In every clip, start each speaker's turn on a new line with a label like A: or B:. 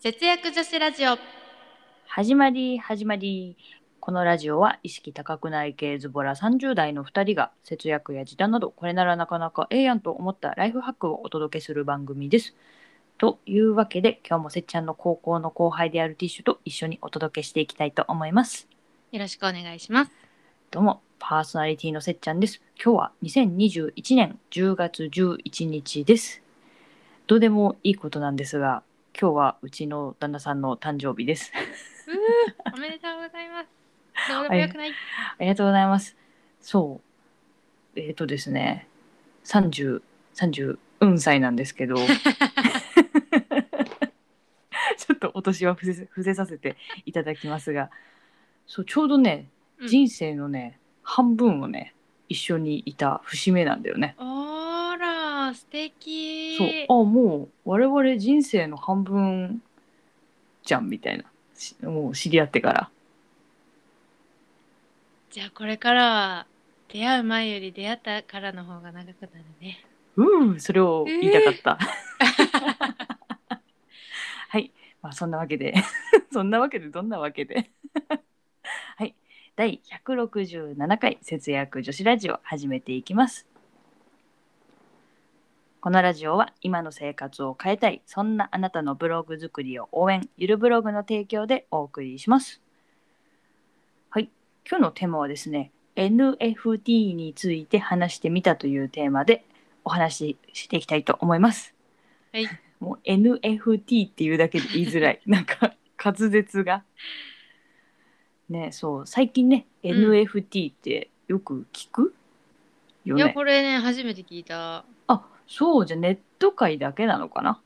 A: 節約女子ラジオ
B: 始まり始まりこのラジオは意識高くない系ズボラ30代の2人が節約や時短などこれならなかなかええやんと思ったライフハックをお届けする番組です。というわけで今日もせっちゃんの高校の後輩であるティッシュと一緒にお届けしていきたいと思います。
A: よろしくお願いし ます
B: どうもパーソナリティのせっちゃんです。今日は2021年10月11日です。どうでもいいことなんですが今日はうちの旦那さんの誕生日です。
A: おめでとうございますどうでもよくない
B: ありがとうございます。そう。えっ、とですね、30、30、うん歳なんですけど、 ちょっとお年は伏せ伏せさせていただきますが、そう、ちょうどね、
A: うん
B: 人生のね、半分をね、一緒にいた節目なんだよね。
A: あら素敵
B: そう、あ、もう我々人生の半分じゃんみたいな。しもう知り合ってから。
A: じゃあこれからは出会う前より出会ったからの方が長くなるね
B: うん、それを言いたかった。 はい、まあそんなわけで、 そんなわけでどんなわけで。 はい、第167回節約女子ラジオ始めていきます。このラジオは今の生活を変えたい、そんなあなたのブログ作りを応援、ゆるブログの提供でお送りします。はい、今日のテーマはですね、NFT について話してみたというテーマでお話ししていきたいと思います。
A: はい
B: もう NFT っていうだけで言いづ らい。なんか滑舌が。ねそう最近ね、
A: ん
B: NFT ってよく聞くよ
A: いや
B: ね。
A: これね初めて聞いた
B: あそうじゃネット界だけなのかな。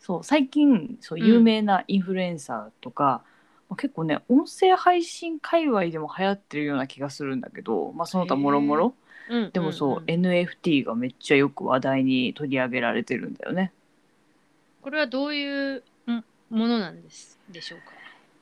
B: そう最近そう
A: うん
B: 有名なインフルエンサーとか、まあ結構ね音声配信界隈でも流行ってるような気がするんだけど、まあ、その他もろもろ
A: うん
B: でもそう、
A: んん
B: NFT がめっちゃよく話題に取り上げられてるんだよね。
A: これはどういうんものなんですでしょうか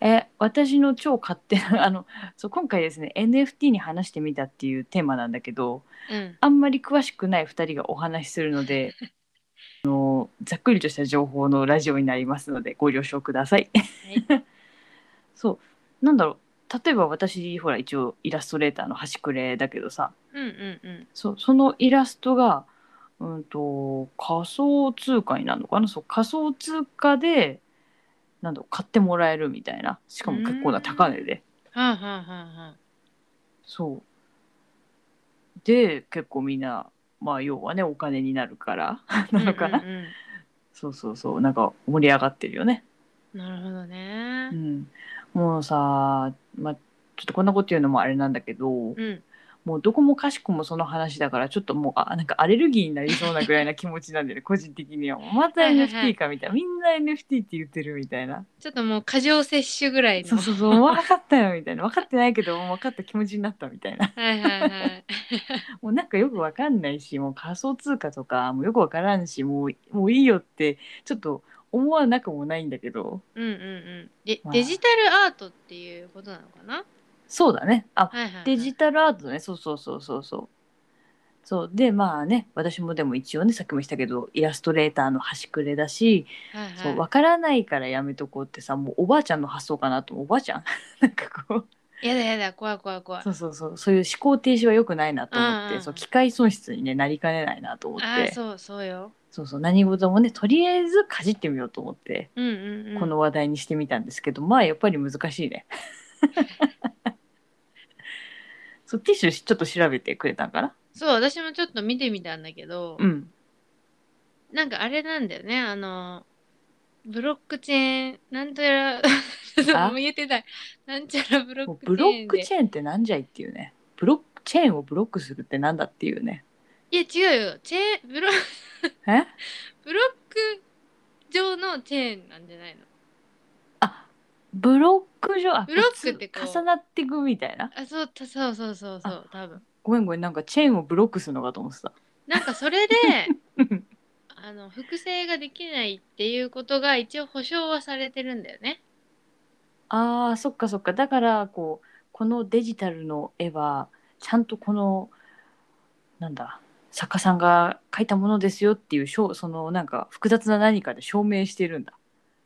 B: え私の超勝手な あのそう今回ですね NFT に話してみたっていうテーマなんだけど
A: うん
B: あんまり詳しくない2人がお話しするので あのざっくりとした情報のラジオになりますのでご了承ください。 そうなんだろう例えば私ほら一応イラストレーターの端くれだけどさ
A: うんうんうん
B: そうそのイラストが、うん、と仮想通貨になるのかなそう仮想通貨でなんだろう買ってもらえるみたいなしかも結構な高値で。
A: はあはあはあはあ
B: そうで結構みんなまあ要はねお金になるから なのかな、
A: うんうんうん
B: そうそうそうなんか盛り上がってるよね。
A: なるほどね
B: う。ん、もうさ、まあ、ちょっとこんなこと言うのもあれなんだけ
A: う
B: ど、
A: ん。
B: もうどこもかしこもその話だからちょっともうあなんかアレルギーになりそうなぐらいな気持ちなんだよね個人的にはまた
A: はいはいはい
B: NFT かみたいなみんな NFT って言ってるみたいな
A: ちょっともう過剰摂取ぐらいの。
B: そうそうそう分かったよみたいな分かってないけどもう分かった気持ちになったみたいな
A: はいはいはい。
B: もうなんかよくわかんないしもう仮想通貨とかもよくわからんしもうもういいよってちょっと思わなくもないんだけど
A: うんうんうん。で、
B: まあ
A: デジタルアートっていうことなのかな。
B: そうだねあ
A: はいはい、はい。
B: デジタルアートねそうそうそうそうそうそうでまあね私もでも一応ねさっきも言ったけどイラストレーターの端くれだし
A: はいはい。
B: そう分からないからやめとこうってさもうおばあちゃんの発想かなと思うおばあちゃん なんかこう
A: やだやだ、怖い怖い怖い
B: そ。うそうそうそういう思考停止は良くないなと思って、
A: うんうん
B: そう機械損失に、ね、なりかねないなと思っ
A: ああ、
B: てそう
A: そうそうよ。
B: そう何事もねとりあえずかじってみようと思って、
A: うんうんうん。
B: この話題にしてみたんですけどまあやっぱり難し いね。そうティッシュちょっと調べてくれたんかな
A: そう、私もちょっと見てみたんだけど、
B: うん
A: なんかあれなんだよね、あの。ブロックチェーン、なんとやら、
B: あ
A: もう言ってた。なんちゃらブロ
B: もう
A: ック
B: ブ
A: チ
B: ロ
A: ェー
B: ッ
A: ン
B: ク
A: で。
B: チェーンってなんじゃいっていうねブロックチェーンをブロックするってなんだっていうね
A: いや、違うよ。チェーン、ブロ、
B: え
A: ブロック。上のチェーンなんじゃないの。
B: あブロック上あ
A: ブロックってこう
B: 重なっていくみたいな
A: あそうたそうそうそうそう多分
B: ごめんごめんなんかチェーンをブロックするのかと思ってた
A: なんかそ れで
B: うん
A: あの複製ができないっていうことが一応保証はされてるんだよね
B: あーそっかそっかだからこうこのデジタルの絵はちゃんとこのなんだ作家さんが描いたものですよっていう証そのなんか複雑な何かで証明してるんだ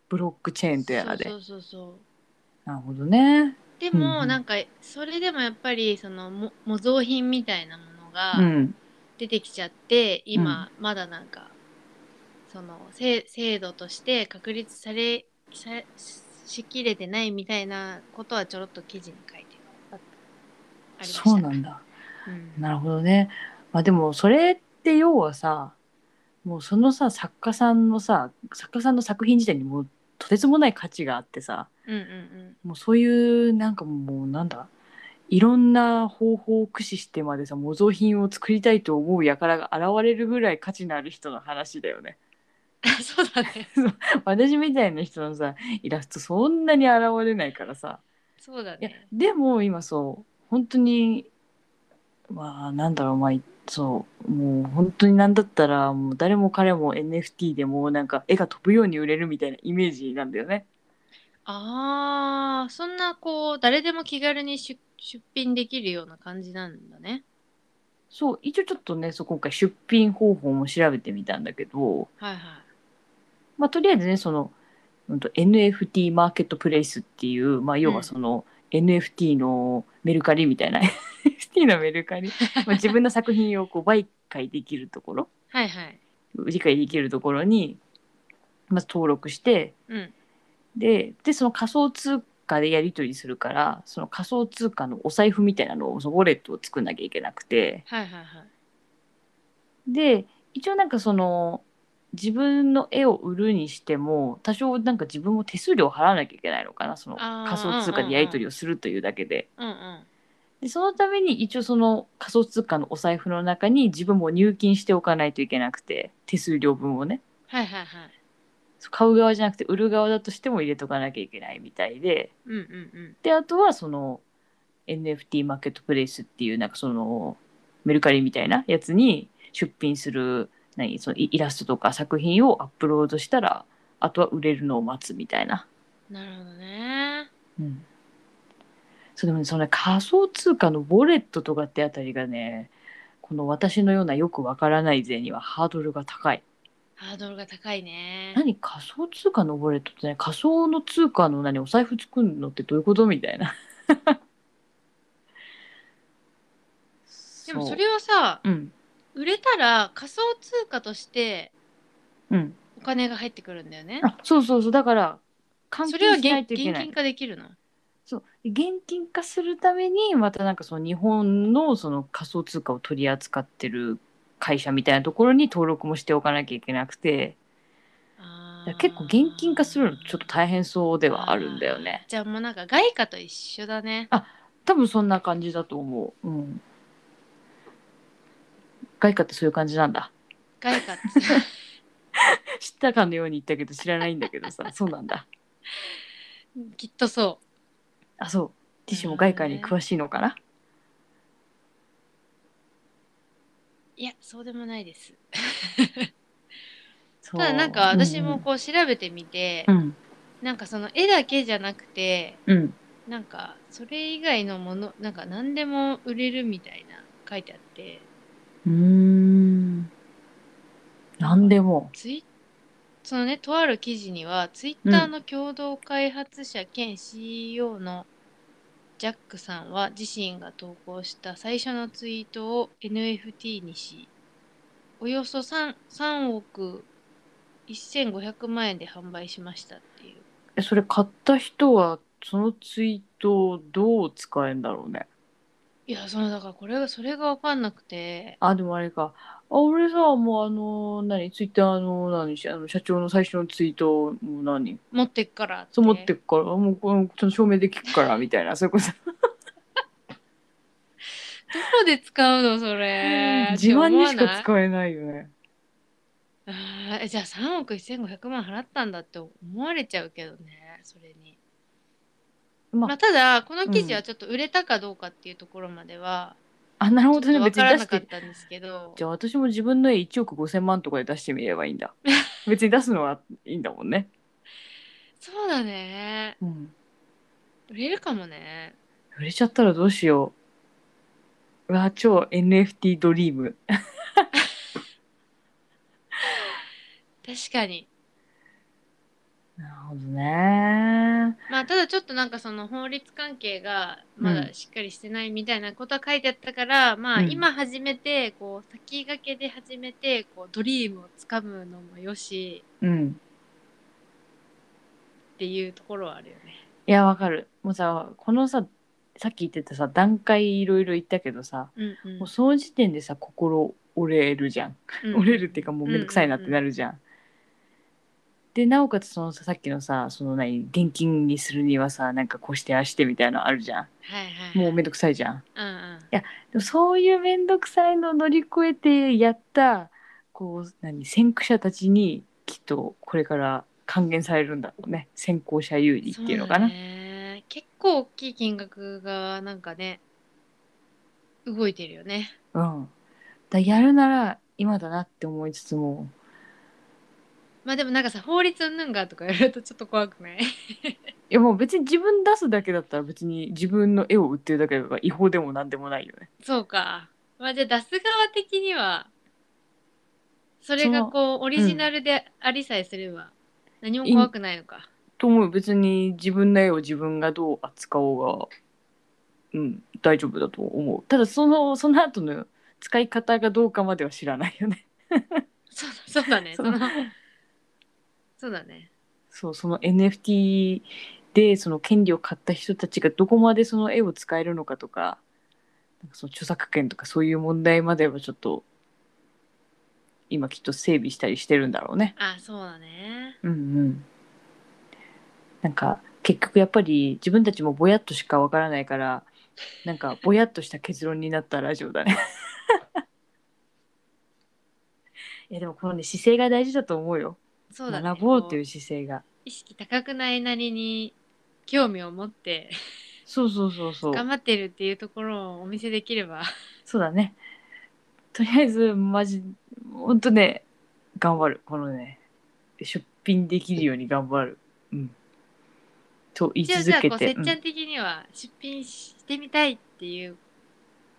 B: ブロックチェーンとやらで
A: そうそうそうそう
B: なるほどね
A: で
B: うん
A: も、
B: うん
A: なんかそれでもやっぱりそのも模造品みたいなもの
B: う
A: が
B: ん
A: 出てきちゃって、今まだなんかその制制度として確立されさしきれてないみたいなことはちょろっと記事に書いてあったありました
B: そうなんだ
A: うん
B: なるほどねまあでもそれって要はさもうそのさ作家さんのさ作家さんの作品自体にもうとてつもない価値があってさ
A: うんうん
B: もうそういうなんかもうなんだいろんな方法を駆使してまでさ模造品を作りたいと思う輩が現れるぐらい価値のある人の話だよね。
A: うん そうだね
B: 私みたいな人のさイラストそんなに現れないからさ
A: そうだ
B: いや
A: ね
B: でも今そう本当にまあなんだろうまあそうもう本当になんだったらもう誰も彼も NFT でもうなんか絵が飛ぶように売れるみたいなイメージなんだよね。
A: ああそんなこう誰でも気軽に出出品できるような感じなんだね
B: そう一応ちょっとねそう今回出品方法も調べてみたんだけど、
A: はいはい
B: まあ、とりあえずねその、うんと、NFT マーケットプレイスっていう、まあ、要
A: う
B: は
A: ん
B: その、NFT のメルカリみたいな NFT のメルカリ、まあ、自分の作品をこう媒介できるところ
A: はいはい
B: 理解できるところにまず登録して
A: うん
B: ででその仮想通貨でやり取りするからその仮想通貨のお財布みたいなのをそのウォレットを作んなきゃいけなくて
A: はいはいはい
B: で一応なんかその自分の絵を売るにしても多少なんか自分も手数料を払わなきゃいけないのかなその
A: あー
B: 仮想通貨でやり取りをするというだけで。
A: うんうん
B: でそのために一応その仮想通貨のお財布の中に自分も入金しておかないといけなくて手数料分をね。
A: はいはいはい
B: 買う側じゃなくて売る側だとしても入れとかなきゃいけないみたいで
A: うんうん
B: であとはその NFT マーケットプレイスっていうなんかそのメルカリみたいなやつに出品する何そのイイラストとか作品をアップロードしたらあとは売れるのを待つみたいな、
A: うんなるほどね
B: うん、そうでもねそのね仮想通貨のウォレットとかってあたりがねこの私のようなよくわからない勢にはハードルが高い
A: ハードルが高いね
B: 何仮想通貨のウォレットってね仮想の通貨の何お財布作るのってどういうことみたいな
A: でもそうれはさ
B: うん
A: 売れたら仮想通貨として
B: うん
A: お金が入ってくるんだよね
B: あそうそうそうだから換
A: それは
B: 金し
A: 現
B: ないとい
A: 現
B: けない
A: 金化できるの
B: そう現金化するためにまたなんかその日本のその仮想通貨を取り扱ってる会社みたいなところに登録もしておかなきゃいけなくてだ
A: あ
B: から
A: ー
B: 結構現金化するのちょっと大変そうではあるんだよね
A: あーじゃあもうなんか外貨と一緒だね
B: 多分そんな感じだと思う。うん。外貨ってそういう感じなんだ。
A: 外貨って
B: 知ったかのように言ったけど知らないんだけどさ、 そうなんだ。
A: きっとそ
B: あ、そう。ティッシュも外貨に詳しいのかな。
A: ういやそうでもないです
B: そ
A: た
B: う
A: だなんか私もこう調べてみて、
B: うん
A: なんかその絵だけじゃなくて
B: うん、うん、
A: なんかそれ以外のものなんか何でも売れるみたいな書いてあって
B: うん。うーん。なんでも。
A: ツイそのねとある記事にはツイッターの共同開発者兼 CEO のジャックさんは自身が投稿した最初のツイートを NFT にしおよそ 3, 3億1500万円で販売しましたっていう
B: えそれ買った人はそのツイートをどう使えんだろうね。
A: いやそのだからこれがそれが分かんなくて
B: あ、でもあれか。あ、俺さ、もうあの、何、ツイッターの、何、あの社長の最初のツイートを、もう何、
A: 持ってっからって
B: そう思ってっから、もうこのちょっと証明できるからみ たいな、そういうこと。
A: どこで使うのそれ
B: 自慢にしか
A: う
B: 使えないよね。
A: じゃあ3億1500万払ったんだって思われちゃうけどねそれに、
B: まあ
A: まあ、ただこの記事
B: う
A: は
B: ん
A: ちょっと売れたかどうかっていうところまでは
B: あ、なる
A: ちょ
B: ほ
A: っ
B: どね、
A: と分
B: 別
A: か
B: に
A: ら
B: 出
A: な
B: し。
A: かってたんですけど
B: じゃあ私も自分の絵1億5千万とかで出してみればいいん だ。別に出すのはいいんだもんね。
A: そうだね
B: うん。
A: 売れるかもね
B: 売れちゃったらどうしよう。うわ、超 NFT ドリーム。
A: 確かに
B: なるほどね。
A: まあ、ただちょっとなんかその法律関係がまだしっかりしてないみたいなことは書いてあったから、まあ
B: うん
A: 今始めてこう先駆けで始めてこうドリームをつかむのもよし
B: うん。
A: っていうところはあるよね。
B: いやわかるもうさこのささっき言ってたさ段階いろいろ言ったけどさ、
A: うんうん
B: もうその時点でさ心折れるじゃん、
A: うん
B: 折れるっていうかもうめんどくさいなってなるじゃん。でなおかつそのささっきのさその何現金にするにはさなんかこうしてああしてみたいなのあるじゃ
A: はいはいはい。
B: んもうめんどくさいじゃん。
A: うんうん
B: でもそういうめんどくさいのを乗り越えてやったこう何先駆者たちにきっとこれから還元されるんだろうね先行者有利っていうのかな。
A: そうね結構大きい金額がなんかね動いてるよね。
B: うん、だやるなら今だなって思いつつも
A: まあでもなんかさ法律うんぬんがとかやるとちょっと怖くない
B: いやもう別に自分出すだけだったら別に自分の絵を売ってるだけだから違法でも何でもないよね。
A: そうか。まあじゃあ出す側的にはそれが
B: そう
A: こうオリジナルでありさえすれば何も怖くないのか。
B: と思う別に自分の絵を自分がどう扱おうが、うん、大丈夫だと思う。ただそのその後の使い方がどうかまでは知らないよね。
A: そうそうだね。そ
B: そう
A: のそうだね。
B: そうその NFT でその権利を買った人たちがどこまでその絵を使えるのかとかなんかその著作権とかそういう問題まではちょっと今きっと整備したりしてるんだろうね。
A: あそうだね。
B: うんうん、なんか結局やっぱり自分たちもぼやっとしかわからないからなんかぼやっとした結論になったラジオだね。 いやでもこのね姿勢が大事だと思うよ。
A: そうだね。
B: 学ぼうってい
A: こ
B: う姿勢が。
A: う意識高くないなりに興味を持って
B: そうそうそうそう。
A: 頑張ってるっていうところをお見せできれば。
B: そうだね。とりあえず、マジ、ほんとね、頑張る。このね、出品できるように頑張る。うん。と言い
A: 一応
B: 続
A: じゃあ
B: け
A: こうせ
B: て。
A: っちゃん的には出品してみたいっていう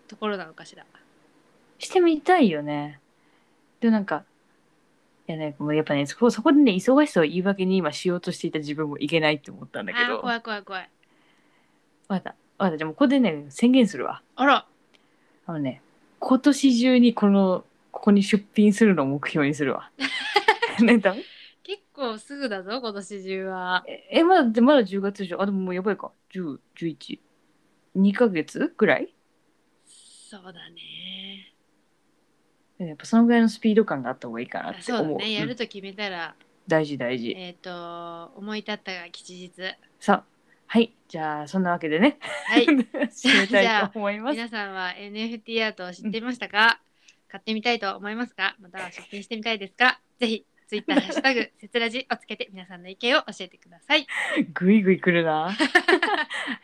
A: ところなのかしら。
B: してみたいよね。でもなんか、いやね、もうやっぱね、そこそこでね、忙しさを言い訳に今しようとしていた自分もいけないって思ったんだけ
A: あー
B: ど、
A: 怖
B: わ
A: い怖い怖い。
B: かった。わかった。じゃあもうここでね、宣言するわ。
A: あら
B: あのね、今年中にこの、ここに出品するのを目標にす るわ。ね、ダメ
A: 結構すぐだぞ今年中は。
B: ええまだでまだ10月でしょあでももうやばいか1011 2ヶ月ぐらい
A: そうだね。
B: でもやっぱそのぐらいのスピード感があった方がいいかな
A: あ
B: って
A: そうだ
B: 思う
A: ねや
B: う
A: る
B: ん
A: と決めたら、
B: 大事大事
A: えっ、と思い立ったが吉日。
B: さあはいじゃあそんなわけでね、
A: は い。
B: 締めたいと思います
A: 皆さんは NFT アートを知っていましたか、買ってみたいと思いますかまたは出品してみたいですかぜひ Twitter ハッシュタグせつらじをつけて皆さんの意見を教えてください。
B: ぐいぐい来るなは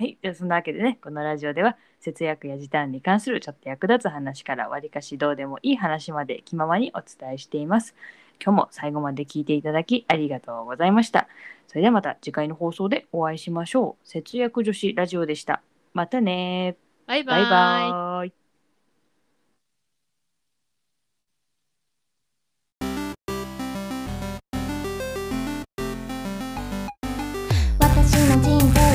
B: いじゃあそんなわけでねこのラジオでは節約や時短に関するちょっと役立つ話からわりかしどうでもいい話まで気ままにお伝えしています今日も最後まで聞いていただきありがとうございましたそれではまた次回の放送でお会いしましょう節約女子ラジオでしたまたね
A: バイバ
B: バイ
A: イ。
B: バーイ
C: 私の人生